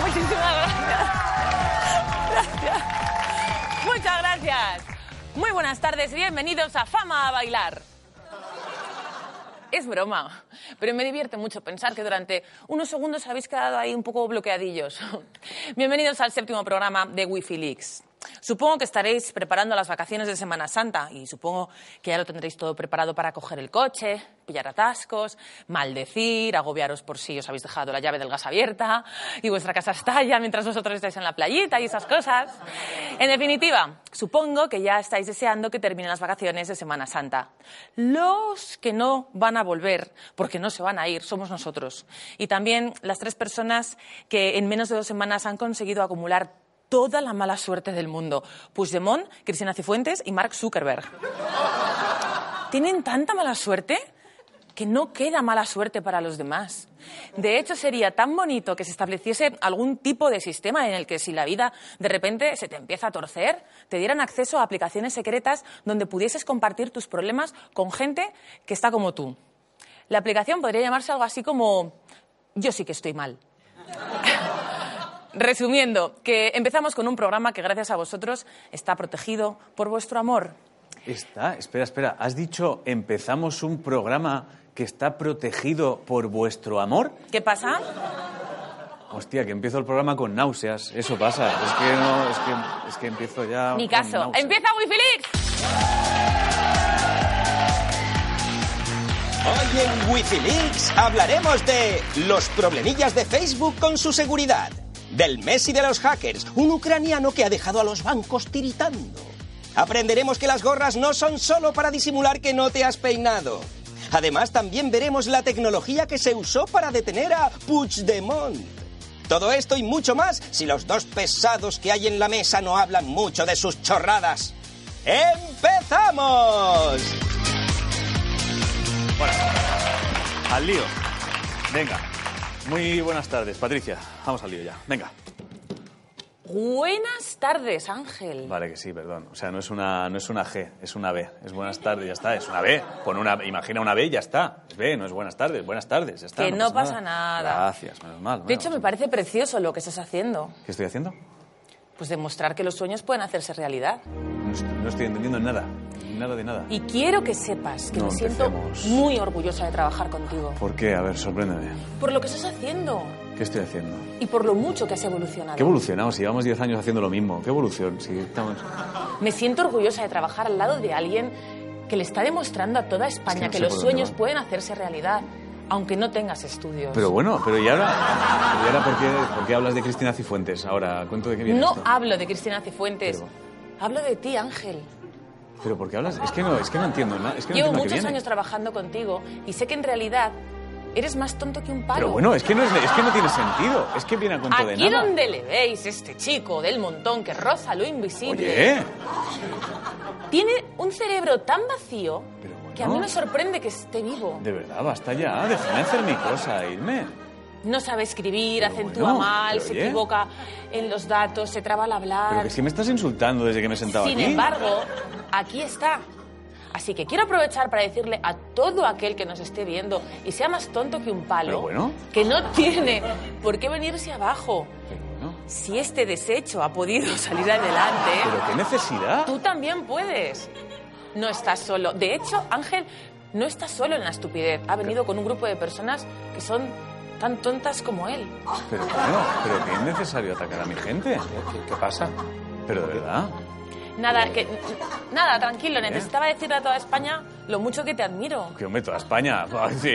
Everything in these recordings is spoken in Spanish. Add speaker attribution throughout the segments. Speaker 1: Muchísimas gracias. Gracias. Muchas gracias. Muy buenas tardes, bienvenidos a Fama a Bailar. Es broma, pero me divierte mucho pensar que durante unos segundos habéis quedado ahí un poco bloqueadillos. Bienvenidos al séptimo programa de Wifi Leaks. Supongo que estaréis preparando las vacaciones de Semana Santa y supongo que ya lo tendréis todo preparado para coger el coche, pillar atascos, maldecir, agobiaros por si os habéis dejado la llave del gas abierta y vuestra casa estalla mientras vosotros estáis en la playita y esas cosas. En definitiva, supongo que ya estáis deseando que terminen las vacaciones de Semana Santa. Los que no van a volver, porque no se van a ir, somos nosotros. Y también las tres personas que en menos de dos semanas han conseguido acumular toda la mala suerte del mundo. Puigdemont, Cristina Cifuentes y Mark Zuckerberg. Tienen tanta mala suerte que no queda mala suerte para los demás. De hecho, sería tan bonito que se estableciese algún tipo de sistema en el que si la vida de repente se te empieza a torcer, te dieran acceso a aplicaciones secretas donde pudieses compartir tus problemas con gente que está como tú. La aplicación podría llamarse algo así como Yo sí que estoy mal. Resumiendo, que empezamos con un programa que gracias a vosotros está protegido por vuestro amor.
Speaker 2: Está, espera, espera. ¿Has dicho empezamos un programa que está protegido por vuestro amor?
Speaker 1: ¿Qué pasa?
Speaker 2: Hostia, que empiezo el programa con náuseas. Eso pasa. Es que no, es que, es que empiezo ya.
Speaker 1: Ni
Speaker 2: con
Speaker 1: caso.
Speaker 2: náuseas.
Speaker 1: ¡Empieza Wifi
Speaker 3: Hoy en Wikileaks hablaremos de los problemillas de Facebook con su seguridad, del Messi de los hackers, un ucraniano que ha dejado a los bancos tiritando. Aprenderemos que las gorras no son solo para disimular que no te has peinado. Además, también veremos la tecnología que se usó para detener a Puigdemont. Todo esto y mucho más si los dos pesados que hay en la mesa no hablan mucho de sus chorradas. ¡Empezamos!
Speaker 2: Al lío. Venga. Muy buenas tardes, Patricia. Vamos al lío ya. Venga.
Speaker 1: Buenas tardes, Ángel.
Speaker 2: Vale, que sí, perdón. O sea, no es una, no es una G, es una B. Es buenas tardes, ya está. Es una B. Pon una, imagina una B y ya está. Es B, no es buenas tardes. Buenas tardes, ya está.
Speaker 1: Que no pasa nada.
Speaker 2: Gracias, menos mal.
Speaker 1: De
Speaker 2: bueno,
Speaker 1: hecho, me
Speaker 2: pues-
Speaker 1: parece precioso lo que estás haciendo.
Speaker 2: ¿Qué estoy haciendo?
Speaker 1: Pues demostrar que los sueños pueden hacerse realidad.
Speaker 2: No estoy, no estoy entendiendo nada. Nada de nada.
Speaker 1: Y quiero que sepas que
Speaker 2: No
Speaker 1: me siento
Speaker 2: empecemos.
Speaker 1: muy orgullosa de trabajar contigo.
Speaker 2: ¿Por qué? A ver, sorpréndeme.
Speaker 1: Por lo que estás haciendo
Speaker 2: ¿Qué estoy haciendo?
Speaker 1: y por lo mucho que has evolucionado.
Speaker 2: ¿Qué evolucionamos? Si llevamos 10 años haciendo lo mismo. ¿Qué evolución? Si estamos...
Speaker 1: Me siento orgullosa de trabajar al lado de alguien que le está demostrando a toda España
Speaker 2: Es
Speaker 1: que,
Speaker 2: que
Speaker 1: los
Speaker 2: no sé por dónde
Speaker 1: sueños
Speaker 2: va.
Speaker 1: pueden hacerse realidad, aunque no tengas estudios.
Speaker 2: Pero bueno, pero ¿y ahora? ¿Y ahora por qué, por qué hablas de Cristina Cifuentes? Ahora, cuento de qué viene
Speaker 1: no ah.
Speaker 2: esto.
Speaker 1: hablo de Cristina Cifuentes,
Speaker 2: Pero-
Speaker 1: hablo de ti, Ángel.
Speaker 2: ¿Pero por qué hablas? Es que no, es que no entiendo nada. Es que no
Speaker 1: Llevo
Speaker 2: entiendo a qué
Speaker 1: muchos
Speaker 2: viene.
Speaker 1: años trabajando contigo y sé que en realidad eres más tonto que un palo.
Speaker 2: Pero bueno, es que, no es, es que no tiene sentido. Es que viene a cuento de
Speaker 1: Aquí
Speaker 2: nada.
Speaker 1: donde le veis este chico del montón que roza lo invisible,
Speaker 2: Oye,
Speaker 1: tiene un cerebro tan vacío
Speaker 2: Pero bueno.
Speaker 1: que a mí me sorprende que esté vivo.
Speaker 2: de verdad, basta ya. Déjame hacer mi cosa, irme.
Speaker 1: No sabe escribir,
Speaker 2: Pero
Speaker 1: acentúa
Speaker 2: bueno,
Speaker 1: mal,
Speaker 2: pero
Speaker 1: se
Speaker 2: oye.
Speaker 1: equivoca en los datos, se traba al
Speaker 2: Pero
Speaker 1: hablar.
Speaker 2: que sí me estás insultando desde que me he sentado
Speaker 1: Sin
Speaker 2: aquí.
Speaker 1: embargo, aquí está. Así que quiero aprovechar para decirle a todo aquel que nos esté viendo y sea más tonto que un palo,
Speaker 2: Pero bueno.
Speaker 1: que no tiene por qué venirse abajo.
Speaker 2: Pero bueno.
Speaker 1: Si este desecho ha podido salir adelante,
Speaker 2: Pero qué necesidad.
Speaker 1: tú también puedes. No estás solo. De hecho, Ángel, no estás solo en la estupidez. Ha venido con un grupo de personas que son tan tontas como él.
Speaker 2: Pero bueno, pero que es necesario atacar a mi gente. ¿Qué, qué pasa? Pero de verdad. ¿Eh?
Speaker 1: Nada, que, nada, tranquilo. Necesitaba decirle a toda España Lo mucho que te admiro.
Speaker 2: Que hombre, toda España. Sí,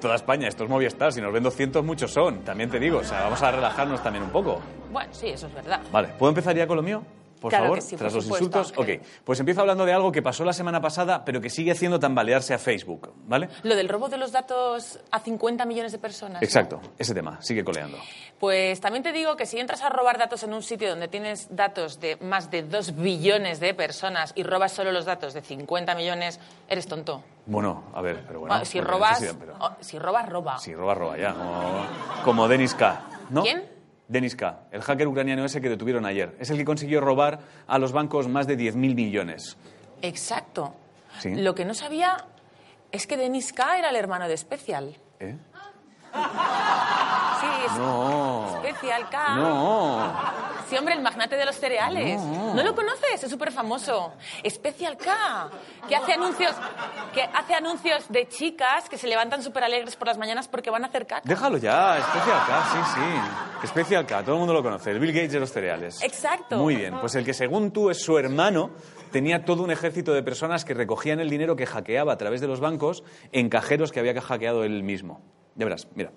Speaker 2: toda España, esto es Movistar. Si nos ven 200, muchos son. También te digo, o sea, vamos a relajarnos también un poco.
Speaker 1: Bueno, sí, eso es verdad.
Speaker 2: Vale, ¿puedo empezar ya con lo mío? Por
Speaker 1: Claro
Speaker 2: favor,
Speaker 1: que sí, por
Speaker 2: tras los
Speaker 1: supuesto,
Speaker 2: insultos.
Speaker 1: Ángel.
Speaker 2: Ok, pues empiezo hablando de algo que pasó la semana pasada, pero que sigue haciendo tambalearse a Facebook, ¿vale?
Speaker 1: Lo del robo de los datos a 50 millones de personas. ¿no?
Speaker 2: Exacto, ese tema, sigue coleando.
Speaker 1: Pues también te digo que si entras a robar datos en un sitio donde tienes datos de más de 2 billones de personas y robas solo los datos de 50 millones, eres tonto.
Speaker 2: Bueno, a ver, pero bueno.
Speaker 1: Ah, si
Speaker 2: porque
Speaker 1: robas,
Speaker 2: no sé si- pero-
Speaker 1: oh, si robas, roba.
Speaker 2: Si roba, roba ya. Como, como Denis K. ¿no?
Speaker 1: ¿Quién?
Speaker 2: Denis K., el hacker ucraniano ese que detuvieron ayer. Es el que consiguió robar a los bancos más de 10.000 millones.
Speaker 1: Exacto.
Speaker 2: Sí.
Speaker 1: Lo que no sabía es que Denis K era el hermano de Special.
Speaker 2: ¿Eh?
Speaker 1: Sí, es
Speaker 2: No.
Speaker 1: Special K.
Speaker 2: No.
Speaker 1: Sí, hombre, el magnate de los cereales. No,
Speaker 2: No.
Speaker 1: lo conoces, es súper famoso. Special K, que hace anuncios, que hace anuncios de chicas que se levantan súper alegres por las mañanas porque van a hacer caca.
Speaker 2: Déjalo ya, Special K, sí, sí. Special K, todo el mundo lo conoce, el Bill Gates de los cereales.
Speaker 1: Exacto.
Speaker 2: Muy bien, pues el que según tú es su hermano, tenía todo un ejército de personas que recogían el dinero que hackeaba a través de los bancos en cajeros que había hackeado él mismo. Ya verás, mira.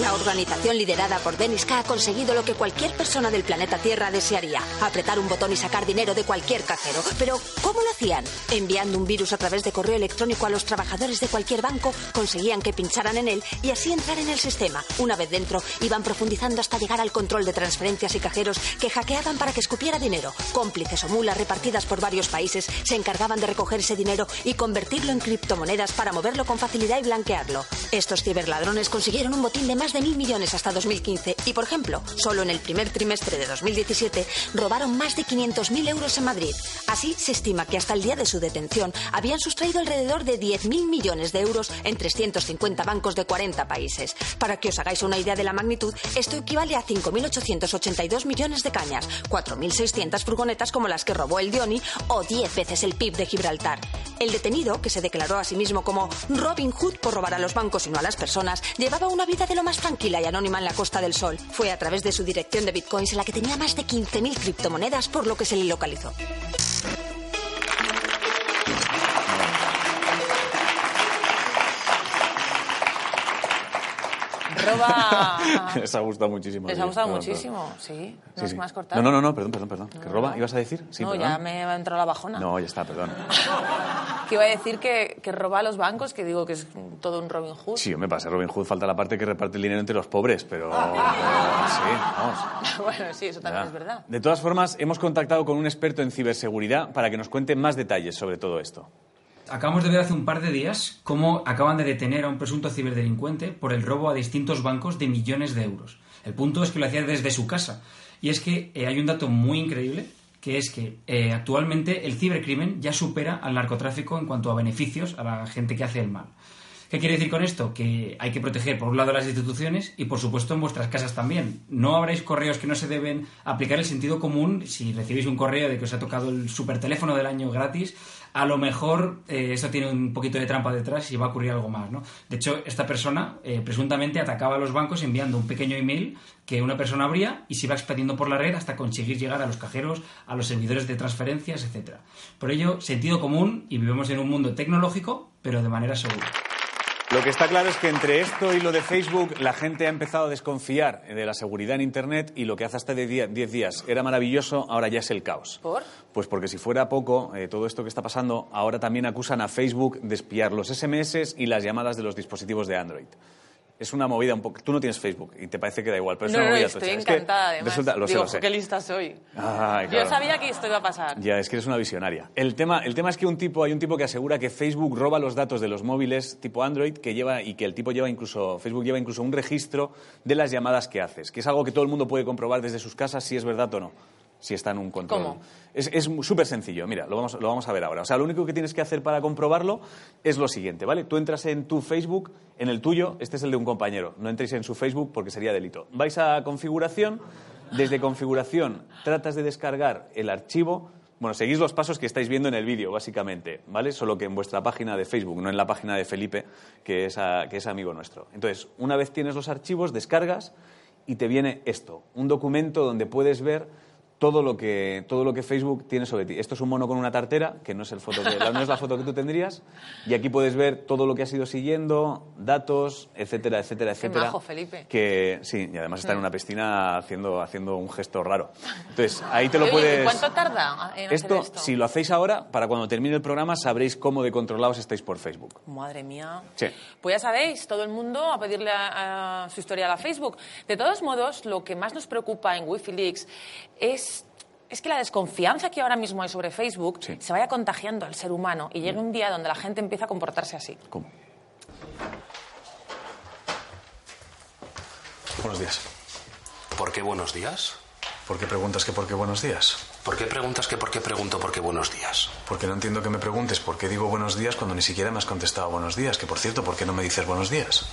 Speaker 4: La organización liderada por Dennis K ha conseguido lo que cualquier persona del planeta Tierra desearía: apretar un botón y sacar dinero de cualquier cajero. Pero, ¿cómo lo hacían? Enviando un virus a través de correo electrónico a los trabajadores de cualquier banco, conseguían que pincharan en él y así entrar en el sistema. Una vez dentro, iban profundizando hasta llegar al control de transferencias y cajeros que hackeaban para que escupiera dinero. Cómplices o mulas repartidas por varios países se encargaban de recoger ese dinero y convertirlo en criptomonedas para moverlo con facilidad y blanquearlo. Estos ciberladrones consiguieron un botín de más de mil millones hasta 2015 y, por ejemplo, solo en el primer trimestre de 2017 robaron más de 500.000 euros en Madrid. Así se estima que hasta el día de su detención habían sustraído alrededor de 10.000 millones de euros en 350 bancos de 40 países. Para que os hagáis una idea de la magnitud, esto equivale a 5.882 millones de cañas, 4.600 furgonetas como las que robó el Dioni o 10 veces el PIB de Gibraltar. El detenido, que se declaró a sí mismo como Robin Hood por robar a los bancos y no a las personas, llevaba una vida de lo más tranquila y anónima en la Costa del Sol. Fue a través de su dirección de bitcoins la que tenía más de 15.000 criptomonedas por lo que se le localizó.
Speaker 1: Roba.
Speaker 2: Les ha gustado muchísimo.
Speaker 1: Ah. Les
Speaker 2: sí.
Speaker 1: ha gustado
Speaker 2: Perdón, perdón.
Speaker 1: muchísimo, sí. No
Speaker 2: Sí,
Speaker 1: es
Speaker 2: sí.
Speaker 1: más cortado.
Speaker 2: No, no, no, perdón, perdón, perdón. ¿Qué roba? ¿Ibas a decir? Sí,
Speaker 1: no,
Speaker 2: perdón.
Speaker 1: ya me ha entrado la bajona.
Speaker 2: No, ya está, perdón.
Speaker 1: Que iba a decir que, que roba a los bancos, que digo que es todo un Robin Hood.
Speaker 2: Sí, me pasa Robin Hood, falta la parte que reparte el dinero entre los pobres, pero... pero sí, vamos.
Speaker 1: bueno, sí, eso también Ah. es verdad.
Speaker 2: De todas formas, hemos contactado con un experto en ciberseguridad para que nos cuente más detalles sobre todo esto.
Speaker 5: Acabamos de ver hace un par de días cómo acaban de detener a un presunto ciberdelincuente por el robo a distintos bancos de millones de euros. El punto es que lo hacía desde su casa. Y es que eh, hay un dato muy increíble, que es que eh, actualmente el cibercrimen ya supera al narcotráfico en cuanto a beneficios a la gente que hace el mal. ¿Qué quiere decir con esto? Que hay que proteger, por un lado, las instituciones y, por supuesto, en vuestras casas también. No habréis correos que no se deben aplicar el sentido común. Si recibís un correo de que os ha tocado el superteléfono del año gratis, a lo mejor eh, esto tiene un poquito de trampa detrás y va a ocurrir algo más, ¿no? De hecho, esta persona eh, presuntamente atacaba a los bancos enviando un pequeño email que una persona abría y se iba expandiendo por la red hasta conseguir llegar a los cajeros, a los servidores de transferencias, etc. Por ello, sentido común y vivimos en un mundo tecnológico, pero de manera segura.
Speaker 2: Lo que está claro es que entre esto y lo de Facebook, la gente ha empezado a desconfiar de la seguridad en Internet y lo que hace hasta de día- 10 días era maravilloso, ahora ya es el caos.
Speaker 1: ¿Por?
Speaker 2: Pues porque si fuera poco, eh, todo esto que está pasando, ahora también acusan a Facebook de espiar los SMS y las llamadas de los dispositivos de Android. Es una movida un poco... Tú no tienes Facebook y te parece que da igual, pero es
Speaker 1: No,
Speaker 2: una
Speaker 1: no,
Speaker 2: movida
Speaker 1: estoy
Speaker 2: tocha. Es que
Speaker 1: encantada, además.
Speaker 2: resulta- lo sé,
Speaker 1: Digo,
Speaker 2: lo sé.
Speaker 1: qué lista soy.
Speaker 2: Ay,
Speaker 1: Yo
Speaker 2: claro.
Speaker 1: sabía que esto iba a pasar.
Speaker 2: Ya, es que eres una visionaria. El tema, el tema es que un tipo, hay un tipo que asegura que Facebook roba los datos de los móviles tipo Android que lleva, y que el tipo lleva incluso, Facebook lleva incluso un registro de las llamadas que haces, que es algo que todo el mundo puede comprobar desde sus casas si es verdad o no, si está en un control.
Speaker 1: ¿Cómo?
Speaker 2: Es es mu- súper sencillo, mira, lo vamos, lo vamos a ver ahora. O sea, lo único que tienes que hacer para comprobarlo es lo siguiente, ¿vale? Tú entras en tu Facebook, en el tuyo, este es el de un compañero, no entréis en su Facebook porque sería delito. Vais a configuración, desde configuración tratas de descargar el archivo, bueno, seguís los pasos que estáis viendo en el vídeo, básicamente, ¿vale? Solo que en vuestra página de Facebook, no en la página de Felipe, que es, a- que es amigo nuestro. Entonces, una vez tienes los archivos, descargas y te viene esto, un documento donde puedes ver todo lo que todo lo que Facebook tiene sobre ti. Esto es un mono con una tartera, que no es el foto que- la- no es la foto que tú tendrías, y aquí puedes ver todo lo que has ido siguiendo, datos, etcétera, etcétera, etcétera.
Speaker 1: majo, Felipe. Mm.
Speaker 2: Que sí, y además está en una piscina haciendo haciendo un gesto raro. Entonces, ahí te lo
Speaker 1: Oye,
Speaker 2: puedes
Speaker 1: ¿y ¿Cuánto tarda en
Speaker 2: esto,
Speaker 1: hacer esto?
Speaker 2: si lo hacéis ahora, para cuando termine el programa sabréis cómo de controlados estáis por Facebook.
Speaker 1: Madre mía.
Speaker 2: Sí.
Speaker 1: Pues ya sabéis, todo el mundo a pedirle a- a su historial a Facebook. De todos modos, lo que más nos preocupa en Wifi Leaks es, es que la desconfianza que ahora mismo hay sobre Facebook
Speaker 2: Sí. Mm.
Speaker 1: se vaya contagiando al ser humano y llegue un día donde la gente empieza a comportarse así.
Speaker 2: ¿Cómo?
Speaker 6: Buenos días.
Speaker 7: ¿Por qué buenos días?
Speaker 6: ¿Por qué preguntas que por qué buenos días?
Speaker 7: ¿Por qué preguntas que por qué pregunto por qué buenos días?
Speaker 6: Porque no entiendo que me preguntes por qué digo buenos días cuando ni siquiera me has contestado buenos días. Que por cierto, ¿por qué no me dices buenos días?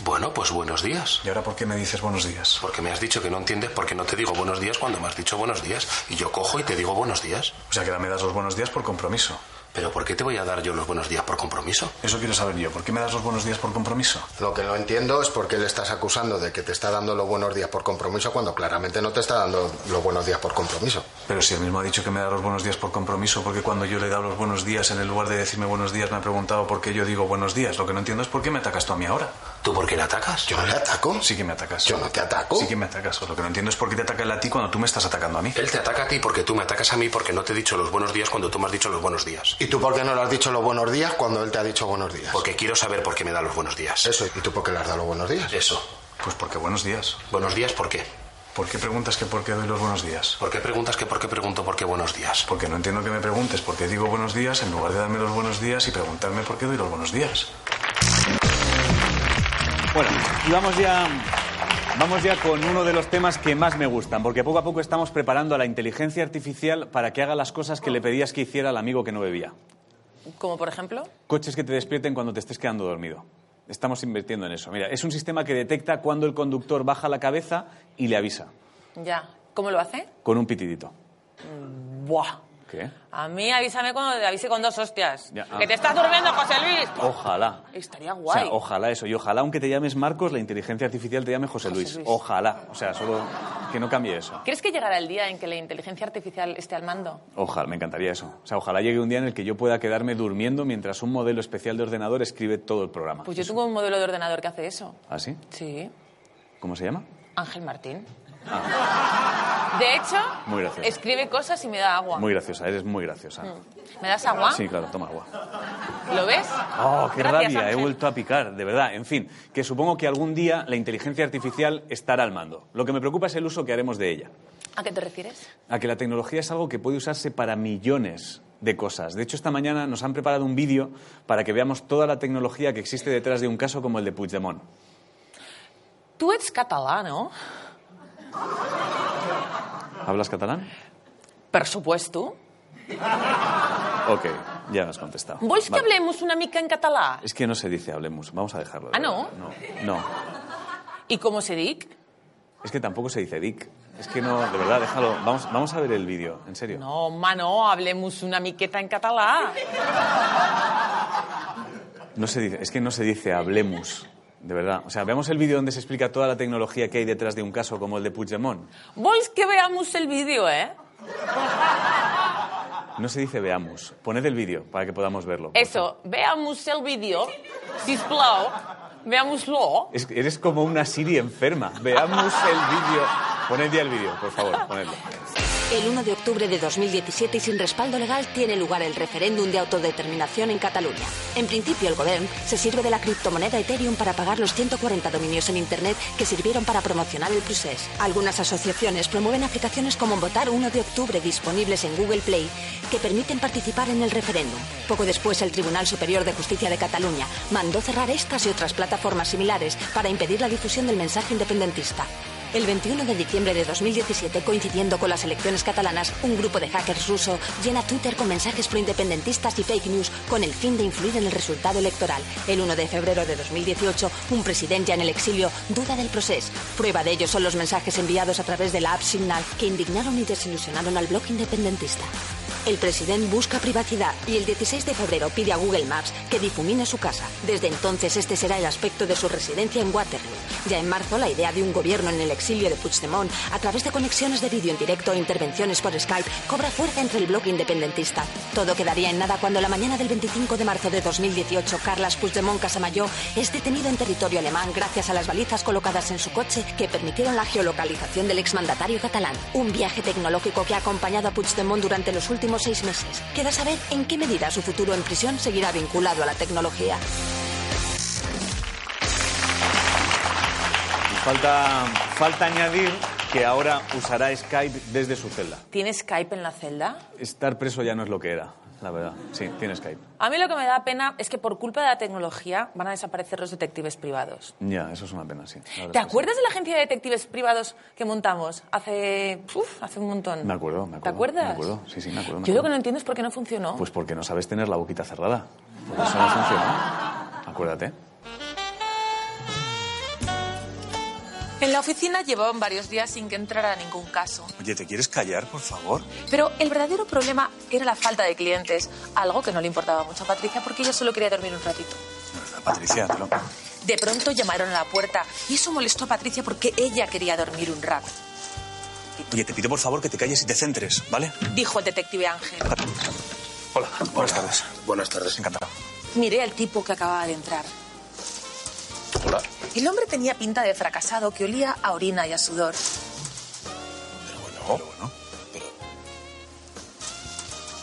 Speaker 7: Bueno, pues buenos días.
Speaker 6: ¿Y ahora por qué me dices buenos días?
Speaker 7: Porque me has dicho que no entiendes por qué no te digo buenos días cuando me has dicho buenos días. Y yo cojo y te digo buenos días.
Speaker 6: O sea que ahora me das los buenos días por compromiso.
Speaker 7: Pero ¿por qué te voy a dar yo los buenos días por compromiso?
Speaker 6: Eso quiero saber yo. ¿Por qué me das los buenos días por compromiso?
Speaker 8: Lo que no entiendo es por qué le estás acusando de que te está dando los buenos días por compromiso cuando claramente no te está dando los buenos días por compromiso.
Speaker 6: Pero si él mismo ha dicho que me da los buenos días por compromiso, porque cuando yo le he dado los buenos días, en el lugar de decirme buenos días, me ha preguntado por qué yo digo buenos días. Lo que no entiendo es por qué me atacas tú a mí ahora.
Speaker 7: ¿Tú por qué le atacas?
Speaker 8: ¿Yo no le ataco?
Speaker 6: Sí que me atacas.
Speaker 8: ¿Yo no te ataco?
Speaker 6: Sí que me atacas. Lo que no entiendo es por qué te ataca él a ti cuando tú me estás atacando a mí.
Speaker 7: Él te ataca a ti porque tú me atacas a mí porque no te he dicho los buenos días cuando tú me has dicho los buenos días.
Speaker 8: ¿Y tú por qué no le has dicho los buenos días cuando él te ha dicho buenos días?
Speaker 7: Porque quiero saber por qué me da los buenos días.
Speaker 8: Eso, ¿y tú por qué le has dado los buenos días?
Speaker 7: Eso.
Speaker 6: Pues porque buenos días.
Speaker 7: ¿Buenos días por qué?
Speaker 6: ¿Por qué preguntas que por qué doy los buenos días?
Speaker 7: ¿Por qué preguntas que por qué pregunto por qué buenos días?
Speaker 6: Porque no entiendo que me preguntes por qué digo buenos días en lugar de darme los buenos días y preguntarme por qué doy los buenos días.
Speaker 2: Bueno, y vamos ya, vamos ya con uno de los temas que más me gustan, porque poco a poco estamos preparando a la inteligencia artificial para que haga las cosas que le pedías que hiciera al amigo que no bebía.
Speaker 1: Como por ejemplo,
Speaker 2: Coches que te despierten cuando te estés quedando dormido. Estamos invirtiendo en eso. Mira, es un sistema que detecta cuando el conductor baja la cabeza y le avisa
Speaker 1: ya, ¿cómo lo hace?
Speaker 2: con un pitidito.
Speaker 1: Buah.
Speaker 2: ¿Qué?
Speaker 1: A mí avísame cuando te avise con dos hostias.
Speaker 2: Ya, ah.
Speaker 1: Que te estás durmiendo, José Luis.
Speaker 2: Ojalá.
Speaker 1: Estaría guay.
Speaker 2: O sea, ojalá eso. Y ojalá, aunque te llames Marcos, la inteligencia artificial te llame José Luis.
Speaker 1: Luis.
Speaker 2: Ojalá. O sea, solo que no cambie eso.
Speaker 1: ¿Crees que llegará el día en que la inteligencia artificial esté al mando?
Speaker 2: Ojalá, me encantaría eso. O sea, ojalá llegue un día en el que yo pueda quedarme durmiendo mientras un modelo especial de ordenador escribe todo el programa.
Speaker 1: Pues yo tengo un modelo de ordenador que hace eso.
Speaker 2: ¿Ah, sí?
Speaker 1: Sí.
Speaker 2: ¿Cómo se llama?
Speaker 1: Ángel Martín. De hecho,
Speaker 2: Ah. Muy gracioso.
Speaker 1: escribe cosas y me da agua.
Speaker 2: Muy graciosa, eres muy graciosa.
Speaker 1: ¿Me das agua?
Speaker 2: Sí, claro, toma agua.
Speaker 1: ¿Lo ves?
Speaker 2: Oh, qué
Speaker 1: Ah. Gracias,
Speaker 2: rabia, he
Speaker 1: Ángel.
Speaker 2: vuelto a picar, de verdad. En fin, que supongo que algún día la inteligencia artificial estará al mando. Lo que me preocupa es el uso que haremos de ella.
Speaker 1: ¿A qué te refieres?
Speaker 2: a que la tecnología es algo que puede usarse para millones de cosas. De hecho, esta mañana nos han preparado un vídeo para que veamos toda la tecnología que existe detrás de un caso como el de Puigdemont.
Speaker 1: Tú eres catalano,
Speaker 2: ¿Hablas catalán?
Speaker 1: per supuesto.
Speaker 2: Ok, ya me has contestado.
Speaker 1: ¿Vols que
Speaker 2: Vale.
Speaker 1: hablemos una mica en catalán?
Speaker 2: Es que no se dice hablemos, vamos a dejarlo. de
Speaker 1: Ah, ¿no?
Speaker 2: verdad. No, no.
Speaker 1: ¿Y cómo se dice?
Speaker 2: Es que tampoco se dice Dick. Es que no, de verdad, déjalo. Vamos, vamos a ver el vídeo, en serio.
Speaker 1: No, mano, hablemos una miqueta en catalán.
Speaker 2: No se dice, es que no se dice hablemos, de verdad. O sea, veamos el vídeo donde se explica toda la tecnología que hay detrás de un caso como el de Puigdemont.
Speaker 1: ¿Vols que veamos el vídeo, eh?
Speaker 2: No se dice veamos. Poned el vídeo para que podamos verlo. por favor.
Speaker 1: Eso, veamos el vídeo, sisplau, veámoslo.
Speaker 2: Es- eres como una Siri enferma. Veamos el vídeo. Poned ya el vídeo, por favor, ponedlo.
Speaker 4: El 1 de octubre de 2017 y sin respaldo legal tiene lugar el referéndum de autodeterminación en Cataluña. En principio, el gobierno se sirve de la criptomoneda Ethereum para pagar los 140 dominios en Internet que sirvieron para promocionar el procés. Algunas asociaciones promueven aplicaciones como Votar 1 de octubre disponibles en Google Play que permiten participar en el referéndum. Poco después, el Tribunal Superior de Justicia de Cataluña mandó cerrar estas y otras plataformas similares para impedir la difusión del mensaje independentista. El 21 de diciembre de 2017, coincidiendo con las elecciones catalanas, un grupo de hackers ruso llena Twitter con mensajes proindependentistas y fake news con el fin de influir en el resultado electoral. El 1 de febrero de 2018, un presidente en el exilio duda del proceso. Prueba de ello son los mensajes enviados a través de la app Signal que indignaron y desilusionaron al blog independentista. el presidente busca privacidad y el 16 de febrero pide a Google Maps que difumine su casa. Desde entonces este será el aspecto de su residencia en Waterloo. Ya en marzo la idea de un gobierno en el exilio de Puigdemont a través de conexiones de vídeo en directo e intervenciones por Skype cobra fuerza entre el bloque independentista. Todo quedaría en nada cuando la mañana del 25 de marzo de 2018 Carlas Puigdemont Casamayor es detenido en territorio alemán gracias a las balizas colocadas en su coche que permitieron la geolocalización del exmandatario catalán. Un viaje tecnológico que ha acompañado a Puigdemont durante los últimos seis meses. Queda saber en qué medida su futuro en prisión seguirá vinculado a la tecnología.
Speaker 2: Falta, falta añadir que ahora usará Skype desde su celda.
Speaker 1: ¿Tiene Skype en la celda?
Speaker 2: Estar preso ya no es lo que era, la verdad. Sí, tiene Skype.
Speaker 1: A mí lo que me da pena es que por culpa de la tecnología van a desaparecer los detectives privados.
Speaker 2: Ya, eso es una pena, sí. La verdad
Speaker 1: ¿Te
Speaker 2: es que sí.
Speaker 1: acuerdas de la agencia de detectives privados que montamos hace, uf, hace un montón?
Speaker 2: Me acuerdo, me acuerdo.
Speaker 1: ¿Te acuerdas?
Speaker 2: Me acuerdo, sí, sí, me acuerdo. me
Speaker 1: Yo lo que no
Speaker 2: acuerdo.
Speaker 1: entiendo es por qué no funcionó.
Speaker 2: Pues porque no sabes tener la boquita cerrada. Por eso no funciona. Acuérdate.
Speaker 1: En la oficina llevaban varios días sin que entrara ningún caso.
Speaker 2: Oye, ¿te quieres callar, por favor?
Speaker 1: Pero el verdadero problema era la falta de clientes, algo que no le importaba mucho a Patricia porque ella solo quería dormir un ratito.
Speaker 2: Patricia, te lo...
Speaker 1: De pronto llamaron a la puerta y eso molestó a Patricia porque ella quería dormir un rato,
Speaker 2: Oye, te pido por favor que te calles y te centres, ¿vale?
Speaker 1: dijo el detective Ángel.
Speaker 2: Hola, buenas tardes.
Speaker 7: Buenas tardes.
Speaker 2: Encantado.
Speaker 1: Miré al tipo que acababa de entrar.
Speaker 7: Hola.
Speaker 1: El hombre tenía pinta de fracasado que olía a orina y a sudor.
Speaker 7: Pero bueno.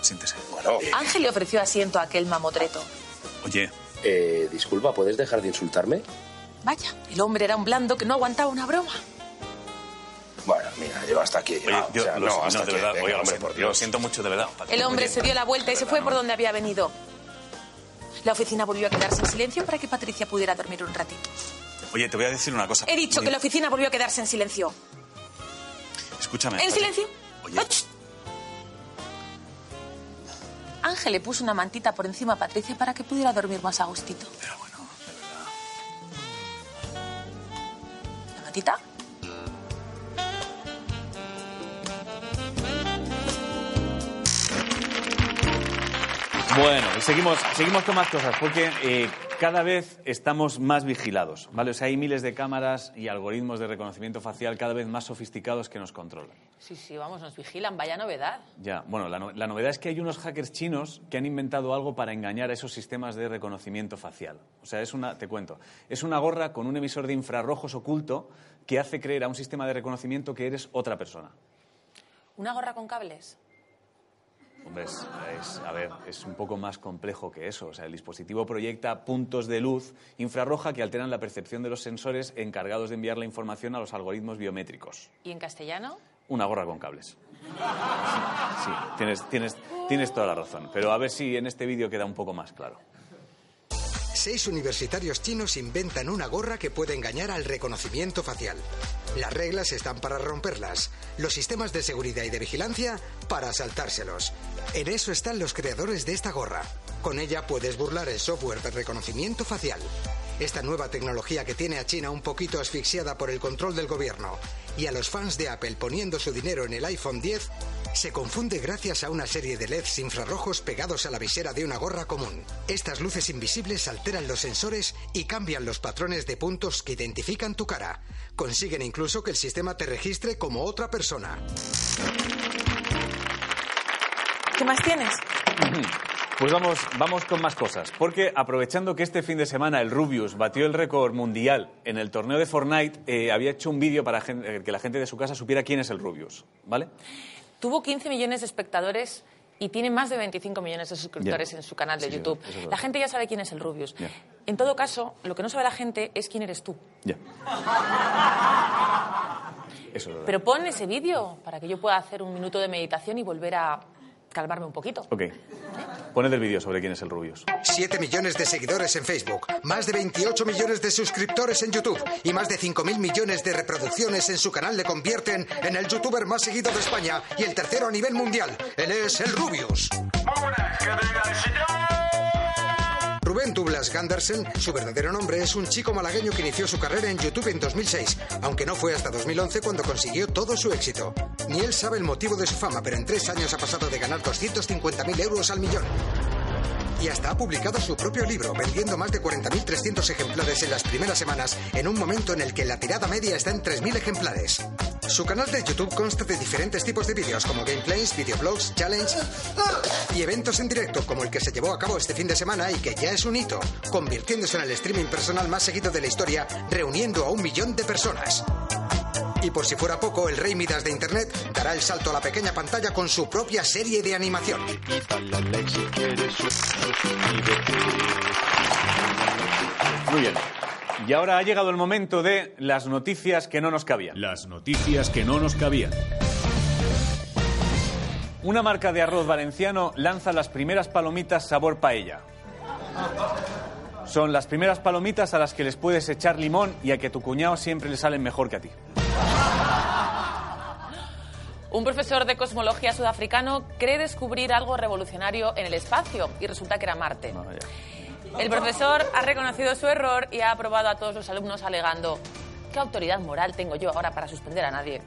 Speaker 2: Siéntese.
Speaker 7: Bueno.
Speaker 1: Ángel le ofreció asiento a aquel mamotreto.
Speaker 2: Oye,
Speaker 7: Eh, disculpa, ¿puedes dejar de insultarme?
Speaker 1: Vaya, el hombre era un blando que no aguantaba una broma.
Speaker 7: Bueno, mira, yo hasta aquí. he
Speaker 2: oye,
Speaker 7: llegado.
Speaker 2: yo
Speaker 7: O sea,
Speaker 2: lo, no,
Speaker 7: hasta
Speaker 2: de
Speaker 7: aquí.
Speaker 2: verdad,
Speaker 7: Venga,
Speaker 2: oiga, lo
Speaker 7: hombre,
Speaker 2: siento-
Speaker 7: por
Speaker 2: lo
Speaker 7: Dios.
Speaker 2: siento mucho, de verdad. Patricia.
Speaker 1: El hombre se dio la vuelta y se fue por donde había venido. La oficina volvió a quedarse en silencio para que Patricia pudiera dormir un ratito.
Speaker 2: Oye, te voy a decir una cosa.
Speaker 1: He dicho
Speaker 2: Oye,
Speaker 1: que la oficina volvió a quedarse en silencio.
Speaker 2: Escúchame.
Speaker 1: ¿En
Speaker 2: Patricia.
Speaker 1: silencio?
Speaker 2: Oye.
Speaker 1: Ach. Ángel le puso una mantita por encima a Patricia para que pudiera dormir más a gustito.
Speaker 2: Pero bueno, de verdad.
Speaker 1: ¿La mantita?
Speaker 2: Bueno, y seguimos, seguimos con más cosas, porque eh, cada vez estamos más vigilados, ¿vale? O sea, hay miles de cámaras y algoritmos de reconocimiento facial cada vez más sofisticados que nos controlan.
Speaker 1: Sí, sí, vamos, nos vigilan. Vaya novedad.
Speaker 2: Ya, bueno, la, no- la novedad es que hay unos hackers chinos que han inventado algo para engañar a esos sistemas de reconocimiento facial. O sea, es una, te cuento, es una gorra con un emisor de infrarrojos oculto que hace creer a un sistema de reconocimiento que eres otra persona.
Speaker 1: ¿Una gorra con cables?
Speaker 2: Hombre, es, es- a ver, es un poco más complejo que eso. O sea, el dispositivo proyecta puntos de luz infrarroja que alteran la percepción de los sensores encargados de enviar la información a los algoritmos biométricos.
Speaker 1: ¿Y en castellano?
Speaker 2: Una gorra con cables. Sí, tienes, tienes, tienes toda la razón. Pero a ver si en este vídeo queda un poco más claro.
Speaker 9: Seis universitarios chinos inventan una gorra que puede engañar al reconocimiento facial. Las reglas están para romperlas, los sistemas de seguridad y de vigilancia para saltárselos. En eso están los creadores de esta gorra. Con ella puedes burlar el software de reconocimiento facial. Esta nueva tecnología que tiene a China un poquito asfixiada por el control del gobierno y a los fans de Apple poniendo su dinero en el iPhone 10 se confunde gracias a una serie de LEDs infrarrojos pegados a la visera de una gorra común. Estas luces invisibles alteran los sensores y cambian los patrones de puntos que identifican tu cara. Consiguen incluso que el sistema te registre como otra persona.
Speaker 1: ¿Qué más tienes?
Speaker 2: Pues vamos, vamos con más cosas. Porque aprovechando que este fin de semana el Rubius batió el récord mundial en el torneo de Fortnite, eh, había hecho un vídeo para gen- eh, que la gente de su casa supiera quién es el Rubius, ¿vale?
Speaker 1: Tuvo 15 millones de espectadores y tiene más de 25 millones de suscriptores
Speaker 2: Ya.
Speaker 1: en su canal de
Speaker 2: Sí, sí,
Speaker 1: YouTube.
Speaker 2: eso es verdad.
Speaker 1: la gente ya sabe quién es el Rubius.
Speaker 2: Ya.
Speaker 1: En todo caso, lo que no sabe la gente es quién eres tú.
Speaker 2: Ya. Eso es verdad.
Speaker 1: Pero pon ese vídeo para que yo pueda hacer un minuto de meditación y volver a calmarme un poquito.
Speaker 2: Ok. Poned el vídeo sobre quién es el Rubius.
Speaker 9: 7 millones de seguidores en Facebook, más de 28 millones de suscriptores en YouTube y más de 5.000 millones de reproducciones en su canal le convierten en el youtuber más seguido de España y el tercero a nivel mundial. Él es el Rubius. Rubén Douglas Gandersen, su verdadero nombre, es un chico malagueño que inició su carrera en YouTube en 2006, aunque no fue hasta 2011 cuando consiguió todo su éxito. Ni él sabe el motivo de su fama, pero en tres años ha pasado de ganar 250.000 euros al millón. Y hasta ha publicado su propio libro, vendiendo más de 40.300 ejemplares en las primeras semanas, en un momento en el que la tirada media está en 3.000 ejemplares. Su canal de YouTube consta de diferentes tipos de vídeos, como gameplays, videoblogs, challenge y eventos en directo, como el que se llevó a cabo este fin de semana y que ya es un hito, convirtiéndose en el streaming personal más seguido de la historia, reuniendo a un millón de personas. Y por si fuera poco, el rey Midas de Internet dará el salto a la pequeña pantalla con su propia serie de animación.
Speaker 2: Muy bien. Y ahora ha llegado el momento de las noticias que no nos cabían. Las noticias que no nos cabían. Una marca de arroz valenciano lanza las primeras palomitas sabor paella. Son las primeras palomitas a las que les puedes echar limón y a que tu cuñado siempre le salen mejor que a ti.
Speaker 1: Un profesor de cosmología sudafricano cree descubrir algo revolucionario en el espacio y resulta que era Marte. El profesor ha reconocido su error y ha aprobado a todos los alumnos alegando, ¿qué autoridad moral tengo yo ahora para suspender a nadie?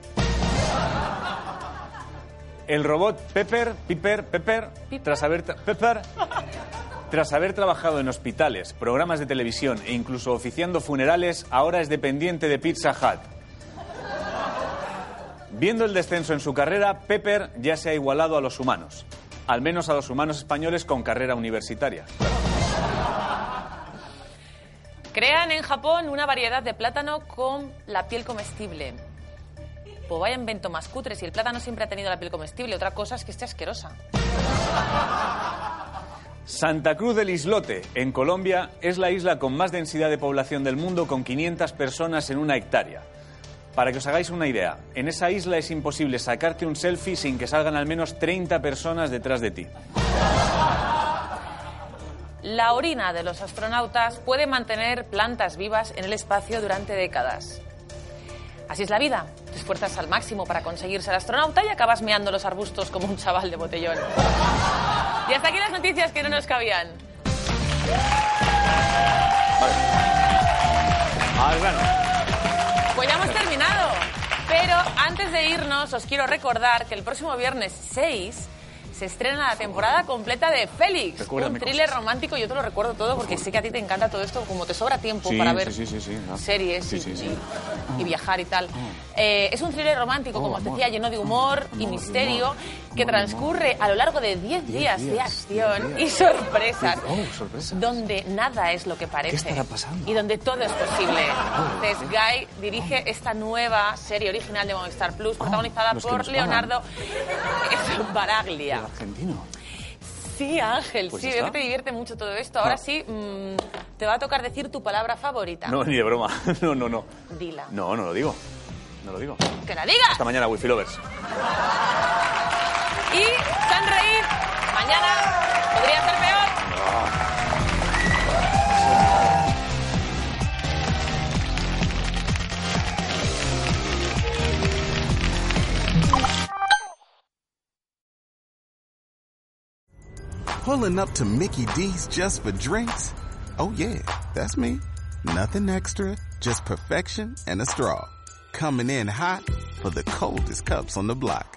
Speaker 2: El robot Pepper, Piper, Pepper, tras haber tra- Pepper, tras haber trabajado en hospitales, programas de televisión e incluso oficiando funerales, ahora es dependiente de Pizza Hut. Viendo el descenso en su carrera, Pepper ya se ha igualado a los humanos, al menos a los humanos españoles con carrera universitaria.
Speaker 1: Crean en Japón una variedad de plátano con la piel comestible. Pues vaya invento más cutre, si el plátano siempre ha tenido la piel comestible, otra cosa es que esté asquerosa.
Speaker 2: Santa Cruz del Islote, en Colombia, es la isla con más densidad de población del mundo, con 500 personas en una hectárea. Para que os hagáis una idea, en esa isla es imposible sacarte un selfie sin que salgan al menos 30 personas detrás de ti.
Speaker 1: La orina de los astronautas puede mantener plantas vivas en el espacio durante décadas. Así es la vida. Te esfuerzas al máximo para conseguir ser astronauta y acabas meando los arbustos como un chaval de botellón. Y hasta aquí las noticias que no nos cabían.
Speaker 2: Al grano.
Speaker 1: Pues ya hemos terminado. Pero antes de irnos, os quiero recordar que el próximo viernes 6 se estrena la temporada completa de Félix.
Speaker 2: Recuérdame
Speaker 1: un thriller romántico, yo te lo recuerdo todo porque sé que a ti te encanta todo esto, como te sobra tiempo
Speaker 2: Sí,
Speaker 1: para ver
Speaker 2: sí, sí, sí, sí, ah.
Speaker 1: series
Speaker 2: Sí,
Speaker 1: y,
Speaker 2: sí, Ah. sí.
Speaker 1: y- y viajar y tal. Eh, es un thriller
Speaker 2: Oh,
Speaker 1: romántico, como os decía, lleno
Speaker 2: Ah.
Speaker 1: de humor y misterio, que transcurre a lo largo de 10 días, de
Speaker 10: días,
Speaker 1: acción y
Speaker 10: días.
Speaker 1: sorpresas.
Speaker 10: Oh, sorpresas.
Speaker 1: Donde nada es lo que parece.
Speaker 10: estará pasando? Ah,
Speaker 1: Y donde todo es posible. Entonces, Guy dirige esta nueva serie original de Movistar Plus, protagonizada
Speaker 10: Ah, los que
Speaker 1: por
Speaker 10: nos pagan.
Speaker 1: Leonardo Baraglia.
Speaker 2: argentino.
Speaker 1: Sí, Ángel,
Speaker 2: Pues
Speaker 1: sí,
Speaker 2: ya
Speaker 1: veo que te
Speaker 2: está.
Speaker 1: divierte mucho todo esto.
Speaker 10: Ah.
Speaker 1: Ahora sí, mm, te va a tocar decir tu palabra favorita.
Speaker 2: No, ni de broma. No, no, no.
Speaker 1: Dila.
Speaker 2: No, no lo digo. No lo digo.
Speaker 1: ¡Que la digas!
Speaker 2: Hasta mañana, Wifi Lovers.
Speaker 1: Y sonreír. Mañana podría ser peor.
Speaker 11: Pulling up to Mickey D's just for drinks? Oh yeah, that's me. Nothing extra, just perfection and a straw. Coming in hot for the coldest cups on the block.